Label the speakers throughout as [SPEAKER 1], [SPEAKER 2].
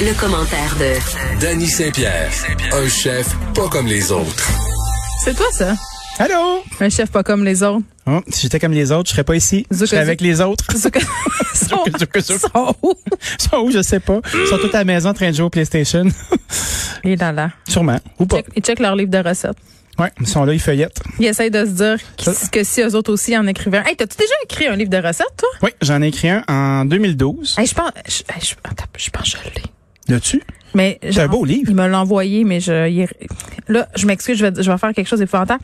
[SPEAKER 1] Le, le commentaire de
[SPEAKER 2] Danny Saint-Pierre, un chef pas comme les autres.
[SPEAKER 3] C'est toi, ça?
[SPEAKER 4] Allô?
[SPEAKER 3] Un chef pas comme les autres.
[SPEAKER 4] Oh, si j'étais comme les autres, je serais pas ici. Je
[SPEAKER 3] Zouk,
[SPEAKER 4] serais
[SPEAKER 3] zouk.
[SPEAKER 4] avec les autres.
[SPEAKER 3] Ils sont-
[SPEAKER 4] zouk, zouk.
[SPEAKER 3] sont où?
[SPEAKER 4] Ils sont où? Je sais pas. Ils sont tous à la maison en train de jouer au PlayStation.
[SPEAKER 3] Et là, là.
[SPEAKER 4] Sûrement. Ou pas.
[SPEAKER 3] Check- Ils checkent leur livre de recettes.
[SPEAKER 4] Ouais, ils sont là, ils feuillettent.
[SPEAKER 3] Ils essayent de se dire qu'ils-
[SPEAKER 4] Ça-
[SPEAKER 3] que si eux autres aussi en écrivaient un. Hey, t'as-tu déjà écrit un livre de recettes, toi?
[SPEAKER 4] Oui, j'en ai écrit un en 2012.
[SPEAKER 3] Hey, je pense, je, hey, je- attends, je pense que je l'ai.
[SPEAKER 4] Là-dessus?
[SPEAKER 3] Mais
[SPEAKER 4] C'est un
[SPEAKER 3] genre,
[SPEAKER 4] beau livre.
[SPEAKER 3] Il me l'a envoyé, mais je, il- là, je m'excuse, je vais, je vais faire quelque chose d'épouvantable.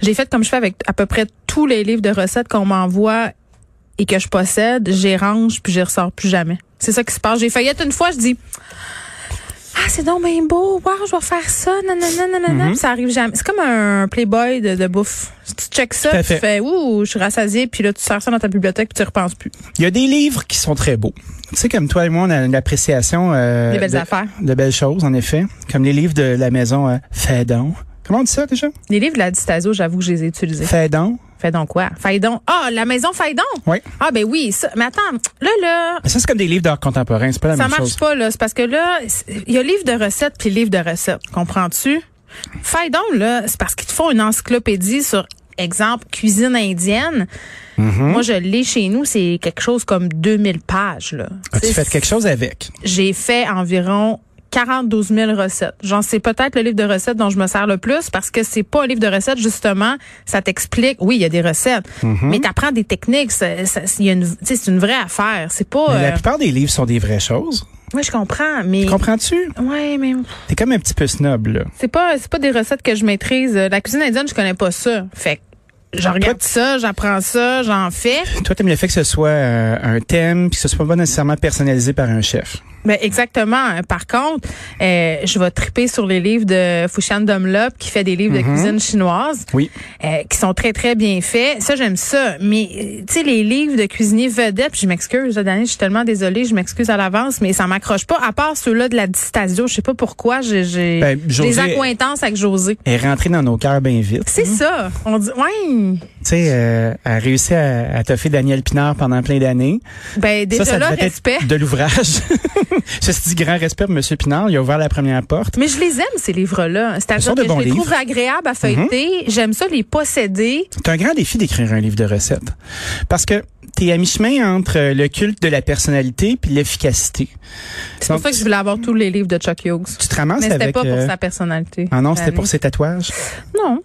[SPEAKER 3] J'ai fait comme je fais avec à peu près tous les livres de recettes qu'on m'envoie et que je possède, j'y range puis j'y ressors plus jamais. C'est ça qui se passe. J'ai failli être une fois, je dis, ah, c'est donc bien beau. Wow, je vais faire ça. Nanana,
[SPEAKER 4] Mm-hmm.
[SPEAKER 3] nanana. Puis Ça arrive jamais. C'est comme un playboy de, de bouffe. Tu checkes ça,
[SPEAKER 4] Tout à
[SPEAKER 3] tu
[SPEAKER 4] fait.
[SPEAKER 3] fais, ouh, je suis rassasié, puis là, tu sors ça dans ta bibliothèque puis tu repenses plus.
[SPEAKER 4] Il y a des livres qui sont très beaux. Tu sais, comme toi et moi, on a une appréciation. euh,
[SPEAKER 3] Des belles
[SPEAKER 4] de,
[SPEAKER 3] affaires.
[SPEAKER 4] de belles choses, en effet. Comme les livres de la maison euh, Fadon. Comment on dit ça déjà?
[SPEAKER 3] Les livres de la distasio, j'avoue que je les ai utilisés.
[SPEAKER 4] Fadon.
[SPEAKER 3] Fais donc quoi? Fais donc. Ah, la maison Fais donc?
[SPEAKER 4] Oui.
[SPEAKER 3] Ah, ben oui. Ça, mais attends, là, là,
[SPEAKER 4] Mais ça, c'est comme des livres d'art contemporain. C'est pas la
[SPEAKER 3] ça
[SPEAKER 4] même
[SPEAKER 3] marche
[SPEAKER 4] chose.
[SPEAKER 3] pas, là. C'est parce que là, c'est- il y a livre de recettes puis livre de recettes. Comprends-tu? Fais donc, là, c'est parce qu'ils te font une encyclopédie sur, exemple, cuisine indienne.
[SPEAKER 4] Mm-hmm.
[SPEAKER 3] Moi, je l'ai chez nous, c'est quelque chose comme 2000 pages, là.
[SPEAKER 4] As-tu
[SPEAKER 3] C'est-
[SPEAKER 4] fait Ah, quelque chose avec?
[SPEAKER 3] j'ai fait environ 42 000 recettes. J'en sais peut-être le livre de recettes dont je me sers le plus parce que c'est pas un livre de recettes, justement. Ça t'explique, oui, il y a des recettes, mais t'apprends des techniques. ça- ça- il y a une- tu sais, C'est une vraie affaire. C'est pas...
[SPEAKER 4] Mais
[SPEAKER 3] euh,
[SPEAKER 4] La plupart des livres sont des vraies choses.
[SPEAKER 3] oui, je comprends, mais...
[SPEAKER 4] Comprends-tu?
[SPEAKER 3] Ouais, mais
[SPEAKER 4] T'es comme un petit peu snob, là.
[SPEAKER 3] c'est pas c'est pas des recettes que je maîtrise. La cuisine indienne, je connais pas ça. Fait que je regarde ça, j'apprends ça, j'en fais.
[SPEAKER 4] Toi, t'aimes le fait que ce soit euh, un thème, puis que ce soit pas nécessairement personnalisé par un chef.
[SPEAKER 3] Ben exactement. Par contre, euh, je vais triper sur les livres de Fushan Domlop qui fait des livres de cuisine chinoise.
[SPEAKER 4] Oui.
[SPEAKER 3] euh, qui sont très très bien faits. Ça j'aime ça, mais euh, tu sais les livres de cuisiniers vedettes, puis je m'excuse, là, Dani, je suis tellement désolée, je m'excuse à l'avance, mais ça m'accroche pas. À part ceux-là de la distasio, je sais pas pourquoi, j'ai j'ai
[SPEAKER 4] Ben, José-
[SPEAKER 3] des accointances avec José.
[SPEAKER 4] Elle est rentrée dans nos cœurs bien vite.
[SPEAKER 3] C'est ça. On dit ouais.
[SPEAKER 4] Tu sais, euh, elle a réussi à, à toffer Daniel Pinard pendant plein d'années.
[SPEAKER 3] Ben déjà là
[SPEAKER 4] devait
[SPEAKER 3] respect.
[SPEAKER 4] être de l'ouvrage. Ceci dit, grand respect pour M. Pinard. Il a ouvert la première porte.
[SPEAKER 3] Mais je les aime ces livres-là.
[SPEAKER 4] Ce
[SPEAKER 3] C'est-à-dire
[SPEAKER 4] sont de
[SPEAKER 3] que je
[SPEAKER 4] bons
[SPEAKER 3] les
[SPEAKER 4] livres. Mhm.
[SPEAKER 3] trouve agréables à feuilleter. J'aime ça les posséder.
[SPEAKER 4] C'est un grand défi d'écrire un livre de recettes. Parce que t'es à mi-chemin entre euh, le culte de la personnalité puis l'efficacité.
[SPEAKER 3] C'est pour
[SPEAKER 4] Donc,
[SPEAKER 3] ça que je voulais avoir tous les livres de Chuck Hughes.
[SPEAKER 4] Tu te ramasses
[SPEAKER 3] Mais c'était
[SPEAKER 4] avec...
[SPEAKER 3] pas pour
[SPEAKER 4] euh,
[SPEAKER 3] sa personnalité.
[SPEAKER 4] Ah non, c'était
[SPEAKER 3] Fanny.
[SPEAKER 4] pour ses tatouages.
[SPEAKER 3] Non,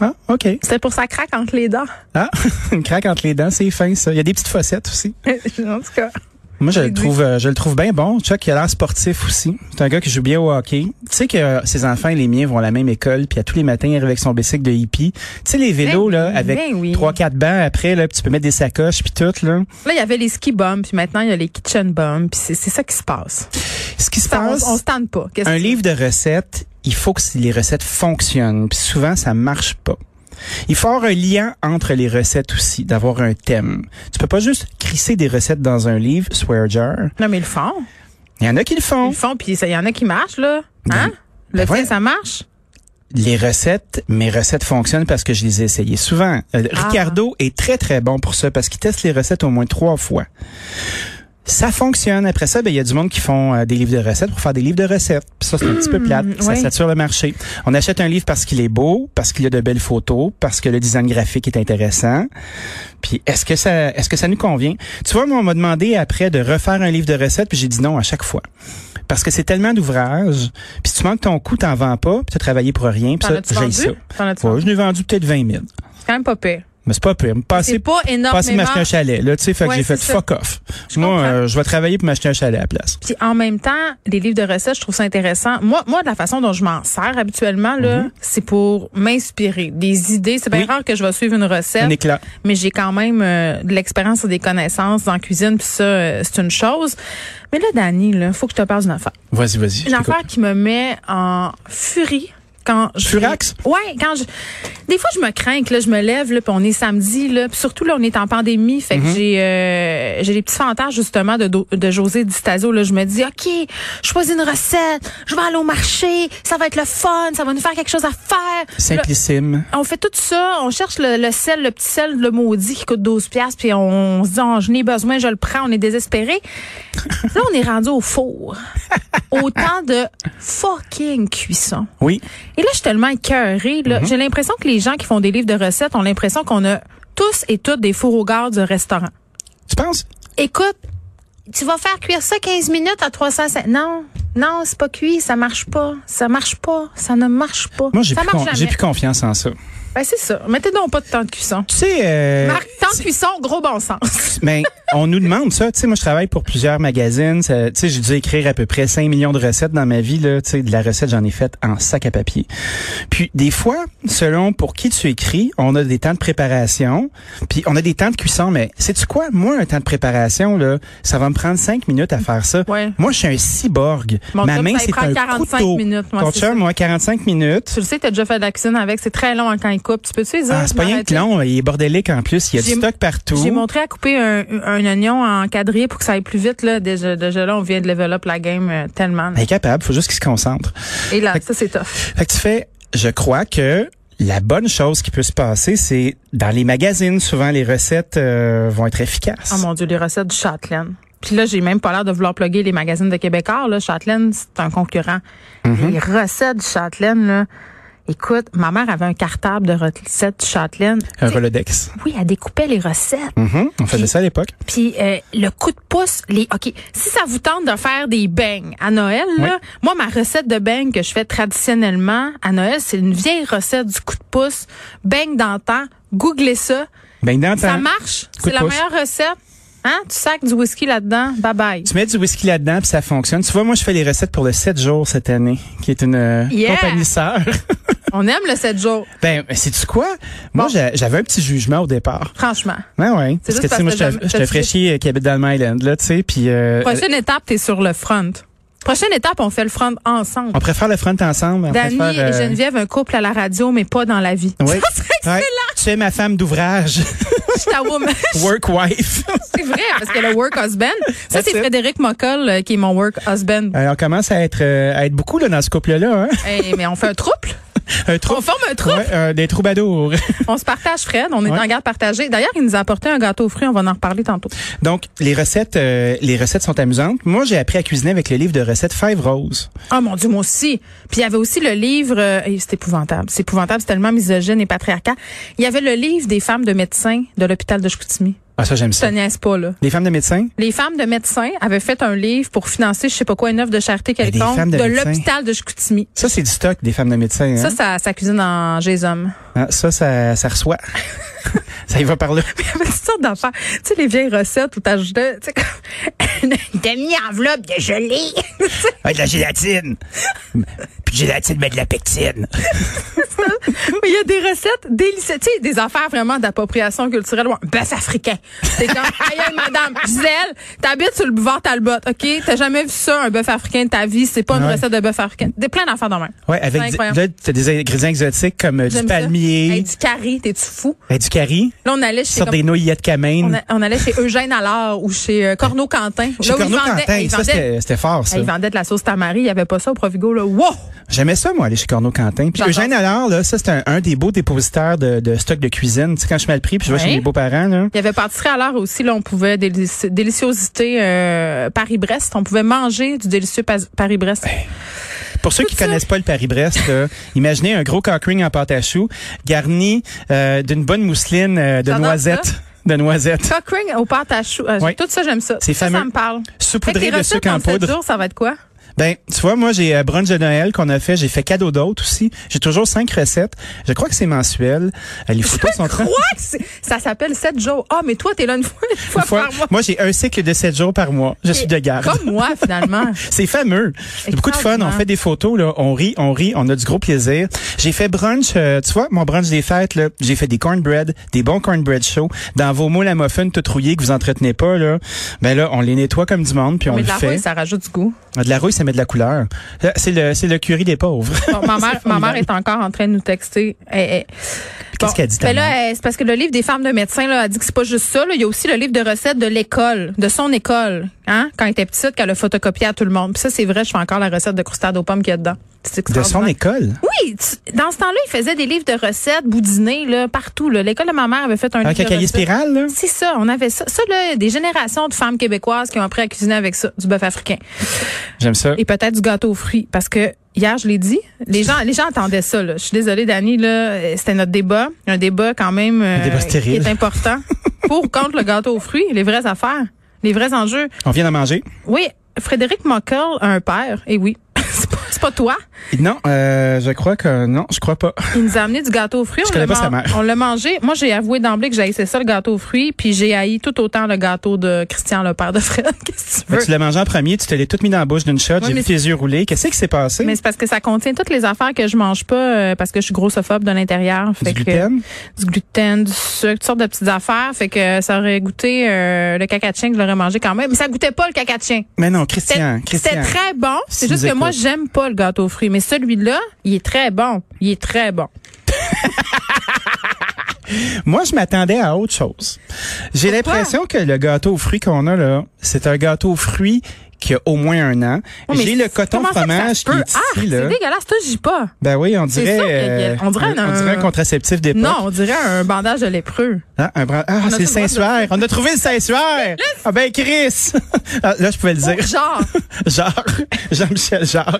[SPEAKER 4] Ah, OK.
[SPEAKER 3] c'était pour sa craque entre les dents.
[SPEAKER 4] Ah, une craque entre les dents, c'est fin, ça. Il y a des petites fossettes aussi.
[SPEAKER 3] en tout cas.
[SPEAKER 4] Moi, je
[SPEAKER 3] J'ai
[SPEAKER 4] le
[SPEAKER 3] dit.
[SPEAKER 4] trouve, euh, je le trouve bien bon. Chuck, il a l'air sportif aussi. C'est un gars qui joue bien au hockey. Tu sais que euh, ses enfants et les miens vont à la même école, puis à tous les matins, il arrive avec son bicycle de hippie. Tu sais, les vélos,
[SPEAKER 3] Ben
[SPEAKER 4] là,
[SPEAKER 3] oui,
[SPEAKER 4] avec
[SPEAKER 3] ben oui.
[SPEAKER 4] trois, quatre bancs après, là, puis tu peux mettre des sacoches, puis tout, là.
[SPEAKER 3] Là, il y avait les ski bombs, puis maintenant, il y a les kitchen bombs, puis c'est c'est ça qui se passe.
[SPEAKER 4] Ce qui se
[SPEAKER 3] Ça, on,
[SPEAKER 4] passe,
[SPEAKER 3] on se tente pas. Qu'est-ce
[SPEAKER 4] un
[SPEAKER 3] que-
[SPEAKER 4] livre de recettes, il faut que les recettes fonctionnent, puis souvent, ça marche pas. Il faut avoir un lien entre les recettes aussi, d'avoir un thème. Tu peux pas juste crisser des recettes dans un livre, swear jar.
[SPEAKER 3] Non, mais ils le font.
[SPEAKER 4] Il y en a qui le
[SPEAKER 3] Ils
[SPEAKER 4] font.
[SPEAKER 3] le font, puis ça- il y en a qui marchent, là. Hein? Le
[SPEAKER 4] Ben
[SPEAKER 3] tien,
[SPEAKER 4] ouais.
[SPEAKER 3] ça marche?
[SPEAKER 4] les recettes, mes recettes fonctionnent parce que je les ai essayées souvent. Euh,
[SPEAKER 3] Ah.
[SPEAKER 4] Ricardo est très très bon pour ça parce qu'il teste les recettes au moins trois fois. Ça fonctionne. Après ça, ben, il y a du monde qui font euh, des livres de recettes pour faire des livres de recettes. Puis ça, c'est un petit peu plate. Ça
[SPEAKER 3] oui.
[SPEAKER 4] sature le marché. On achète un livre parce qu'il est beau, parce qu'il y a de belles photos, parce que le design graphique est intéressant. Puis est-ce que ça, est-ce que ça nous convient Tu vois, moi, on m'a demandé après de refaire un livre de recettes, puis j'ai dit non à chaque fois. Parce que c'est tellement d'ouvrages, puis si tu manques ton coup, t'en vends pas, puis t'as travaillé pour rien,
[SPEAKER 3] T'en
[SPEAKER 4] puis ça,
[SPEAKER 3] as-tu
[SPEAKER 4] j'ai
[SPEAKER 3] vendu?
[SPEAKER 4] ça.
[SPEAKER 3] T'en as-tu
[SPEAKER 4] Ouais,
[SPEAKER 3] vendu?
[SPEAKER 4] je l'ai vendu peut-être 20 000.
[SPEAKER 3] C'est quand même pas pire.
[SPEAKER 4] Mais c'est pas pire. Me Passer,
[SPEAKER 3] C'est pas énormément.
[SPEAKER 4] passer m'acheter un chalet, là, tu sais, fait que
[SPEAKER 3] Ouais,
[SPEAKER 4] j'ai fait
[SPEAKER 3] c'est ça.
[SPEAKER 4] fuck off.
[SPEAKER 3] Je
[SPEAKER 4] Moi,
[SPEAKER 3] comprends.
[SPEAKER 4] euh, je vais travailler pour m'acheter un chalet à la place.
[SPEAKER 3] Puis en même temps, les livres de recettes, je trouve ça intéressant. Moi, moi, de la façon dont je m'en sers habituellement, là, c'est pour m'inspirer. Des idées. C'est bien
[SPEAKER 4] Mhm. Oui.
[SPEAKER 3] rare que je vais suivre une recette.
[SPEAKER 4] Un éclat.
[SPEAKER 3] mais j'ai quand même euh, de l'expérience et des connaissances en cuisine, puis ça, euh, c'est une chose. Mais là, Dani, là, faut que je te parle d'une affaire.
[SPEAKER 4] Vas-y, vas-y. je
[SPEAKER 3] Une
[SPEAKER 4] t'écoute.
[SPEAKER 3] affaire qui me met en furie quand je
[SPEAKER 4] Furax?
[SPEAKER 3] Ouais, quand je des fois je me crains que là je me lève là puis on est samedi là, puis surtout là on est en pandémie, fait
[SPEAKER 4] Mhm.
[SPEAKER 3] que j'ai euh, j'ai des petits fantasmes justement de Do- de José Di Stasio là, je me dis OK, je choisis une recette, je vais aller au marché, ça va être le fun, ça va nous faire quelque chose à faire. Là,
[SPEAKER 4] Simplissime.
[SPEAKER 3] on fait tout ça, on cherche le, le sel, le petit sel, le maudit qui coûte 12 pièces puis on se dit, oh, je n'ai besoin, je le prends, on est désespéré. Là, on est rendu au four. au temps de fucking cuisson.
[SPEAKER 4] Oui.
[SPEAKER 3] Et là, je suis tellement écœurée.
[SPEAKER 4] Mm-hmm.
[SPEAKER 3] là. J'ai l'impression que les gens qui font des livres de recettes ont l'impression qu'on a tous et toutes des fours au gars du restaurant.
[SPEAKER 4] Tu penses?
[SPEAKER 3] Écoute, tu vas faire cuire ça 15 minutes à 350. Non, non, c'est pas cuit, ça marche pas, ça marche pas, ça ne marche pas.
[SPEAKER 4] Moi, j'ai
[SPEAKER 3] ça
[SPEAKER 4] plus,
[SPEAKER 3] marche
[SPEAKER 4] con- j'ai
[SPEAKER 3] jamais.
[SPEAKER 4] plus confiance en ça.
[SPEAKER 3] Ben, c'est ça. Mettez donc pas de temps de cuisson.
[SPEAKER 4] Tu sais, euh,
[SPEAKER 3] Marc, temps de cuisson, gros bon sens.
[SPEAKER 4] mais Ben, on nous demande ça. Tu sais, moi, je travaille pour plusieurs magazines. Ça- Tu sais, j'ai dû écrire à peu près 5 millions de recettes dans ma vie. Là. Tu sais, de la recette, j'en ai faite en sac à papier. Puis, des fois, selon pour qui tu écris, on a des temps de préparation, puis on a des temps de cuisson. Mais sais-tu quoi? Moi, un temps de préparation, là, ça va me prendre 5 minutes à faire ça.
[SPEAKER 3] Ouais.
[SPEAKER 4] Moi, je suis un cyborg.
[SPEAKER 3] Mon
[SPEAKER 4] ma
[SPEAKER 3] chum,
[SPEAKER 4] main,
[SPEAKER 3] ça lui
[SPEAKER 4] c'est
[SPEAKER 3] prend
[SPEAKER 4] un
[SPEAKER 3] 45
[SPEAKER 4] couteau.
[SPEAKER 3] minutes, moi,
[SPEAKER 4] Ton
[SPEAKER 3] c'est ça.
[SPEAKER 4] chum, moi, 45 minutes.
[SPEAKER 3] tu le sais, t'as déjà fait de la cuisine avec, c'est très long hein, quand il coupe. Tu peux-tu les dire?
[SPEAKER 4] Ah, c'est pas rien que
[SPEAKER 3] m'arrêter?
[SPEAKER 4] long, il est bordélique en plus, il y a du
[SPEAKER 3] J'ai-
[SPEAKER 4] stock partout.
[SPEAKER 3] J'ai montré à couper un, un oignon en quadrillé pour que ça aille plus vite. Là. Déjà, déjà là, on vient de level up la game euh, tellement. là.
[SPEAKER 4] Il est capable, faut juste qu'il se concentre.
[SPEAKER 3] Et là, ça, c'est tough.
[SPEAKER 4] Fait que tu fais, je crois que la bonne chose qui peut se passer, c'est dans les magazines, souvent les recettes euh, vont être efficaces.
[SPEAKER 3] Oh mon Dieu, les recettes du Châtelaine. Puis là, j'ai même pas l'air de vouloir plugger les magazines de Québécois. Là. Châtelaine, c'est un concurrent.
[SPEAKER 4] Mm-hmm.
[SPEAKER 3] Les recettes du Châtelaine, là. Écoute, ma mère avait un cartable de recettes du Châtelaine.
[SPEAKER 4] Un Rolodex.
[SPEAKER 3] Oui, elle découpait les recettes.
[SPEAKER 4] Mhm, On faisait ça à l'époque.
[SPEAKER 3] Puis euh, le coup de pouce, les OK, si ça vous tente de faire des beignes à Noël là, moi ma recette de beignes que je fais traditionnellement à Noël, c'est une vieille recette du coup de pouce, beignes d'antan, googlez ça,
[SPEAKER 4] Ben, dans
[SPEAKER 3] ça
[SPEAKER 4] ta-
[SPEAKER 3] marche,
[SPEAKER 4] de
[SPEAKER 3] c'est la
[SPEAKER 4] pouce.
[SPEAKER 3] meilleure recette. Hein, tu sacs du whisky là-dedans, bye bye.
[SPEAKER 4] Tu mets du whisky là-dedans, puis ça fonctionne. Tu vois, moi, je fais les recettes pour le 7 jours cette année, qui est une euh,
[SPEAKER 3] Yeah!
[SPEAKER 4] compagnie sœur.
[SPEAKER 3] On aime le 7 jours,
[SPEAKER 4] ben, sais-tu quoi? Moi,
[SPEAKER 3] Bon.
[SPEAKER 4] j'a- j'avais un petit jugement au départ.
[SPEAKER 3] franchement.
[SPEAKER 4] Ben ouais.
[SPEAKER 3] C'est
[SPEAKER 4] Parce que,
[SPEAKER 3] juste
[SPEAKER 4] tu sais, moi,
[SPEAKER 3] parce que
[SPEAKER 4] je te-
[SPEAKER 3] j'aime-
[SPEAKER 4] je te
[SPEAKER 3] t'as-
[SPEAKER 4] ferais chier euh, qui habite dans le Island, là, tu sais, puis... euh,
[SPEAKER 3] Prochaine étape, t'es sur le front. Prochaine étape, on fait le front ensemble.
[SPEAKER 4] On préfère le front ensemble. on
[SPEAKER 3] Dani
[SPEAKER 4] préfère,
[SPEAKER 3] et
[SPEAKER 4] euh,
[SPEAKER 3] Geneviève, un couple à la radio, mais pas dans la vie.
[SPEAKER 4] Oui.
[SPEAKER 3] Ça serait excellent,
[SPEAKER 4] Ouais. Tu es ma femme d'ouvrage,
[SPEAKER 3] je t'avoue.
[SPEAKER 4] work wife.
[SPEAKER 3] C'est vrai, parce que le work husband, ça
[SPEAKER 4] That's
[SPEAKER 3] c'est
[SPEAKER 4] it.
[SPEAKER 3] Frédéric Mockel euh, qui est mon work husband.
[SPEAKER 4] Euh, on commence à être euh, à être beaucoup là dans ce couple-là. Hein?
[SPEAKER 3] Hey, mais on fait un trouble.
[SPEAKER 4] Un trou.
[SPEAKER 3] On forme un trouble.
[SPEAKER 4] Ouais, euh, des troubadours.
[SPEAKER 3] On se partage, Fred. On est
[SPEAKER 4] Ouais.
[SPEAKER 3] en garde partagée. D'ailleurs, il nous a apporté un gâteau aux fruits. On va en reparler tantôt.
[SPEAKER 4] Donc les recettes, euh, les recettes sont amusantes. Moi, j'ai appris à cuisiner avec le livre de recettes Five Roses.
[SPEAKER 3] Oh mon Dieu, moi aussi. Puis il y avait aussi le livre. euh, et c'est épouvantable. C'est épouvantable. C'est tellement misogyne et patriarcat. Il y avait le livre des femmes de médecins de l'hôpital de Chicoutimi.
[SPEAKER 4] Ah ça j'aime
[SPEAKER 3] Je te
[SPEAKER 4] ça.
[SPEAKER 3] niaise pas là.
[SPEAKER 4] Les femmes de médecins.
[SPEAKER 3] Les femmes de médecins avaient fait un livre pour financer, je sais pas quoi, une œuvre de charité
[SPEAKER 4] des
[SPEAKER 3] quelconque
[SPEAKER 4] femmes de
[SPEAKER 3] de
[SPEAKER 4] médecins.
[SPEAKER 3] l'hôpital de Chicoutimi.
[SPEAKER 4] Ça c'est du stock des femmes de médecins.
[SPEAKER 3] Ça,
[SPEAKER 4] hein.
[SPEAKER 3] ça, ça cuisine en Jésus.
[SPEAKER 4] Hein, Ça, ça, ça, reçoit. ça y va par là.
[SPEAKER 3] Il y avait toutes sortes d'affaires. Tu sais, les vieilles recettes où t'ajoutais, tu sais, comme une demi-enveloppe de gelée.
[SPEAKER 4] Ouais, de la gélatine. Puis de gélatine, mais de la pectine.
[SPEAKER 3] Mais il y a des recettes délicieuses. Tu sais, des affaires vraiment d'appropriation culturelle. Ouais, bœuf africain. C'est comme, aïe, aïe, madame, Gisèle, t'habites sur le boulevard Talbot, OK? T'as jamais vu ça, un bœuf africain de ta vie. C'est pas une
[SPEAKER 4] Ouais.
[SPEAKER 3] recette de bœuf africain. Des plein d'affaires de même.
[SPEAKER 4] Ouais, avec
[SPEAKER 3] C'est
[SPEAKER 4] du-
[SPEAKER 3] incroyable.
[SPEAKER 4] là, t'as des ingrédients exotiques comme euh, du
[SPEAKER 3] J'aime ça. Hey,
[SPEAKER 4] palmier,
[SPEAKER 3] du carré, t'es-tu fou?
[SPEAKER 4] euh, du cari,
[SPEAKER 3] Là, on allait chez
[SPEAKER 4] sur
[SPEAKER 3] comme-
[SPEAKER 4] des noyettes camènes.
[SPEAKER 3] on, a- on allait chez Eugène Allard ou chez euh, Corneau Quentin.
[SPEAKER 4] Chez
[SPEAKER 3] là où ils
[SPEAKER 4] Corneau
[SPEAKER 3] vendaient-
[SPEAKER 4] Quentin,
[SPEAKER 3] ils
[SPEAKER 4] ça
[SPEAKER 3] vendaient-
[SPEAKER 4] c'était c'était fort ça.
[SPEAKER 3] ils vendaient de la sauce tamari. Il y avait pas ça au Provigo, là. Wow!
[SPEAKER 4] J'aimais ça moi aller chez Corneau Quentin. Puis
[SPEAKER 3] J'adore.
[SPEAKER 4] Eugène Allard là, ça c'est un, un des beaux dépositaires de, de stock de cuisine. Tu sais quand je suis mal pris puis je vais
[SPEAKER 3] Ouais.
[SPEAKER 4] chez mes beaux-parents là.
[SPEAKER 3] Il y avait pâtisserie à l'heure aussi, là, on pouvait délici- déliciosité euh, Paris-Brest. On pouvait manger du délicieux pas- Paris-Brest.
[SPEAKER 4] Pour ceux qui
[SPEAKER 3] Tout ça.
[SPEAKER 4] connaissent pas le Paris-Brest, là, imaginez un gros cock ring en pâte à choux garni euh, d'une bonne mousseline euh, de
[SPEAKER 3] J'adore
[SPEAKER 4] noisettes,
[SPEAKER 3] ça.
[SPEAKER 4] de noisettes,
[SPEAKER 3] Cock ring au pâte à choux. Euh,
[SPEAKER 4] Oui.
[SPEAKER 3] Tout ça, j'aime ça.
[SPEAKER 4] C'est
[SPEAKER 3] Ça,
[SPEAKER 4] fameux.
[SPEAKER 3] Ça me parle. Fait que tes
[SPEAKER 4] saupoudré de
[SPEAKER 3] recettes
[SPEAKER 4] sucre
[SPEAKER 3] dans
[SPEAKER 4] en
[SPEAKER 3] sept
[SPEAKER 4] poudre.
[SPEAKER 3] jours, ça va être quoi?
[SPEAKER 4] Ben, tu vois, moi, j'ai euh, brunch de Noël qu'on a fait. J'ai fait cadeau d'autres aussi. J'ai toujours cinq recettes. Je crois que c'est mensuel. Euh, Les photos sont
[SPEAKER 3] Quoi? que c'est- Ça s'appelle 7 jours. Ah, mais toi, t'es là une fois, une fois,
[SPEAKER 4] Une fois-
[SPEAKER 3] par mois.
[SPEAKER 4] Moi, j'ai un cycle de sept jours par mois. Je suis de garde.
[SPEAKER 3] Comme moi, finalement.
[SPEAKER 4] C'est fameux. C'est beaucoup de fun. On
[SPEAKER 3] Exactement.
[SPEAKER 4] fait des photos, là. On rit, on rit. On a du gros plaisir. J'ai fait brunch, euh, tu vois, mon brunch des fêtes, là. J'ai fait des cornbread, des bons cornbread chauds. Dans vos moules à muffins tout rouillés que vous entretenez pas, là. Ben là, on les nettoie comme du monde, puis on
[SPEAKER 3] mais
[SPEAKER 4] le
[SPEAKER 3] de la
[SPEAKER 4] fait. Ah,
[SPEAKER 3] rouille, ça rajoute du goût.
[SPEAKER 4] De la rouille, ça met de la couleur. Là, C'est le, c'est le curry des pauvres.
[SPEAKER 3] Bon, ma, mère, ma mère est encore en train de nous texter. Eh, Elle- elle-
[SPEAKER 4] Qu'est-ce qu'elle dit, ta
[SPEAKER 3] mais ben là,
[SPEAKER 4] mère?
[SPEAKER 3] elle- c'est parce que le livre des femmes de médecins, là, elle dit que c'est pas juste ça. là. Il y a aussi le livre de recettes de l'école, de son école, hein, quand elle était petite, qu'elle a photocopié à tout le monde. Puis ça, c'est vrai, je fais encore la recette de croustade aux pommes qu'il y a dedans. C'est
[SPEAKER 4] De son
[SPEAKER 3] extraordinaire.
[SPEAKER 4] école.
[SPEAKER 3] Oui, tu- dans ce temps-là, il faisait des livres de recettes, boudinés, là, partout. là. L'école de ma mère avait fait un
[SPEAKER 4] Un
[SPEAKER 3] livre de
[SPEAKER 4] cacaillier
[SPEAKER 3] recettes.
[SPEAKER 4] spirale, là.
[SPEAKER 3] C'est ça, on avait ça. Ça, là, des générations de femmes québécoises qui ont appris à cuisiner avec ça, du bœuf africain.
[SPEAKER 4] J'aime ça.
[SPEAKER 3] Et peut-être du gâteau aux fruits. Parce que hier, je l'ai dit, les gens, les gens attendaient ça. là. Je suis désolée, Dani, là, euh, c'était notre débat. Un débat quand même euh,
[SPEAKER 4] débat
[SPEAKER 3] qui
[SPEAKER 4] stérile.
[SPEAKER 3] est important. pour ou contre le gâteau aux fruits, les vraies affaires, les vrais enjeux.
[SPEAKER 4] On vient d'en manger.
[SPEAKER 3] Oui, Frédéric Mockel a un père. Et oui, c'est pas, c'est pas toi.
[SPEAKER 4] Non, euh, je crois que non, je crois pas.
[SPEAKER 3] Il nous a amené du gâteau aux fruits.
[SPEAKER 4] Je
[SPEAKER 3] on l'a
[SPEAKER 4] connais pas sa
[SPEAKER 3] man-
[SPEAKER 4] mère.
[SPEAKER 3] On l'a mangé. Moi, j'ai avoué d'emblée que j'haïssais ça, le gâteau aux fruits. Puis j'ai haï tout autant le gâteau de Christian, le père de Fred. Qu'est-ce que tu
[SPEAKER 4] Fait
[SPEAKER 3] veux?
[SPEAKER 4] que tu l'as mangé en premier, tu te l'es toute mis dans la bouche d'une shot, j'ai
[SPEAKER 3] mais
[SPEAKER 4] vu tes yeux rouler. Qu'est-ce qui s'est passé?
[SPEAKER 3] Mais c'est parce que ça contient toutes les affaires que je mange pas euh, parce que je suis grossophobe de l'intérieur. Fait
[SPEAKER 4] Du
[SPEAKER 3] que-
[SPEAKER 4] gluten?
[SPEAKER 3] du gluten, du sucre, toutes sortes de petites affaires. Fait que ça aurait goûté euh, le cacatien que je l'aurais mangé quand même. Mais ça goûtait pas le cacatien.
[SPEAKER 4] Mais non,
[SPEAKER 3] C'était
[SPEAKER 4] Christian,
[SPEAKER 3] c'était
[SPEAKER 4] Christian.
[SPEAKER 3] très bon.
[SPEAKER 4] Si
[SPEAKER 3] C'est juste
[SPEAKER 4] nous
[SPEAKER 3] que moi,
[SPEAKER 4] écoute.
[SPEAKER 3] j'aime pas le gâteau aux fruits. Mais celui-là, il est très bon. Il est très bon.
[SPEAKER 4] Moi, je m'attendais à autre chose. J'ai
[SPEAKER 3] Pourquoi?
[SPEAKER 4] l'impression que le gâteau aux fruits qu'on a là, c'est un gâteau aux fruits qui a au moins un an.
[SPEAKER 3] Oui, Oh, mais
[SPEAKER 4] j'ai le
[SPEAKER 3] c'est-
[SPEAKER 4] coton
[SPEAKER 3] comment ça que ça
[SPEAKER 4] fromage
[SPEAKER 3] se
[SPEAKER 4] qui
[SPEAKER 3] peut?
[SPEAKER 4] est ici,
[SPEAKER 3] Ah,
[SPEAKER 4] là.
[SPEAKER 3] C'est dégueulasse, toi, j'y pas.
[SPEAKER 4] Ben oui, on
[SPEAKER 3] C'est
[SPEAKER 4] dirait,
[SPEAKER 3] sûr qu'il y a-
[SPEAKER 4] euh,
[SPEAKER 3] on dirait un-
[SPEAKER 4] dirait un contraceptif d'époque.
[SPEAKER 3] Non, on dirait un bandage de lépreux.
[SPEAKER 4] Hein, un bras- Ah, c'est
[SPEAKER 3] tout
[SPEAKER 4] le
[SPEAKER 3] le droit de-
[SPEAKER 4] Saint-Suaire. On a trouvé le Saint-Suaire. Ah ben, Chris. Ah, là, je pouvais le dire.
[SPEAKER 3] Oh, Genre,
[SPEAKER 4] Genre, Jean-Michel Jarre.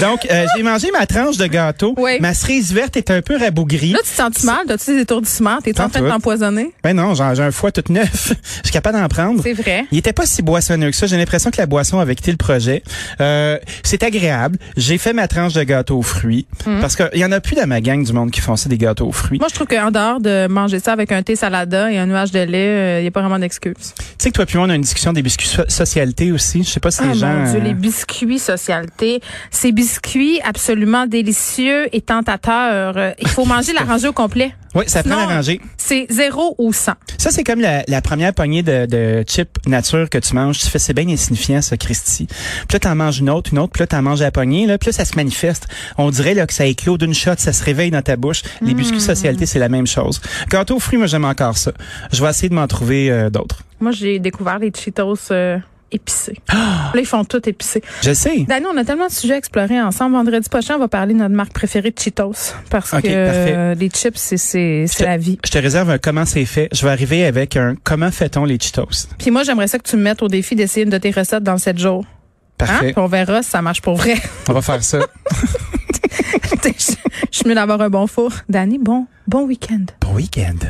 [SPEAKER 4] Donc, euh, j'ai mangé ma tranche de gâteau.
[SPEAKER 3] Oui.
[SPEAKER 4] Ma cerise verte est un peu rabougrie.
[SPEAKER 3] là, tu te sens-tu mal? T'as-tu des étourdissements? T'es-tu en
[SPEAKER 4] Pas
[SPEAKER 3] train de
[SPEAKER 4] tout.
[SPEAKER 3] t'empoisonner?
[SPEAKER 4] Ben non, j'en- j'ai un foie tout neuf. Je suis capable d'en prendre.
[SPEAKER 3] C'est vrai.
[SPEAKER 4] Il était pas si boissonneux que ça. J'ai l'impression que la boisson avait quitté le projet. Euh, c'est agréable. J'ai fait ma tranche de gâteau aux fruits. Parce qu'il y en a plus dans ma gang du monde qui font ça, des gâteaux aux fruits.
[SPEAKER 3] Mhm. Moi, je trouve qu'en dehors de manger ça avec un thé salada et un nuage de lait, il n'y a pas vraiment d'excuse.
[SPEAKER 4] Tu sais que toi puis moi, on a une discussion des biscuits so- socialité aussi. Je sais pas si
[SPEAKER 3] Ah,
[SPEAKER 4] les gens...
[SPEAKER 3] mon Dieu,
[SPEAKER 4] euh,
[SPEAKER 3] les biscuits socialité. Ces biscuits absolument délicieux et tentateurs. Euh, Il faut manger la rangée au complet.
[SPEAKER 4] Oui, ça prend
[SPEAKER 3] Sinon,
[SPEAKER 4] la rangée.
[SPEAKER 3] C'est zéro ou 100.
[SPEAKER 4] Ça, c'est comme la, la première poignée de, de chips nature que tu manges. Tu fais, c'est bien insignifiant, ça, Christy. Puis là, t'en manges une autre, une autre, puis là, t'en manges la poignée, là, puis là, ça se manifeste. On dirait, là, que ça éclot d'une shot, ça se réveille dans ta bouche. Les biscuits socialité, c'est la même chose. Gâteau aux fruits, moi, j'aime encore ça. Je vais essayer de m'en trouver euh, d'autres.
[SPEAKER 3] Moi, j'ai découvert les Cheetos euh, épicés.
[SPEAKER 4] Ah!
[SPEAKER 3] Là, ils font tout épicé.
[SPEAKER 4] Je sais.
[SPEAKER 3] Dani, on a tellement de sujets à explorer ensemble. Vendredi prochain, on va parler de notre marque préférée de Cheetos. Parce
[SPEAKER 4] Ok,
[SPEAKER 3] que
[SPEAKER 4] parfait.
[SPEAKER 3] euh, les chips, c'est- c'est c'est
[SPEAKER 4] Je-
[SPEAKER 3] la vie.
[SPEAKER 4] Je te réserve un comment c'est fait. Je vais arriver avec un comment fait-on les Cheetos.
[SPEAKER 3] Puis moi, j'aimerais ça que tu me mettes au défi d'essayer une de tes recettes dans 7 jours. Hein?
[SPEAKER 4] Parfait.
[SPEAKER 3] Puis on verra si ça marche pour vrai.
[SPEAKER 4] On va faire ça.
[SPEAKER 3] je je suis mieux d'avoir un bon four. Danny, bon, bon week-end.
[SPEAKER 4] bon week-end.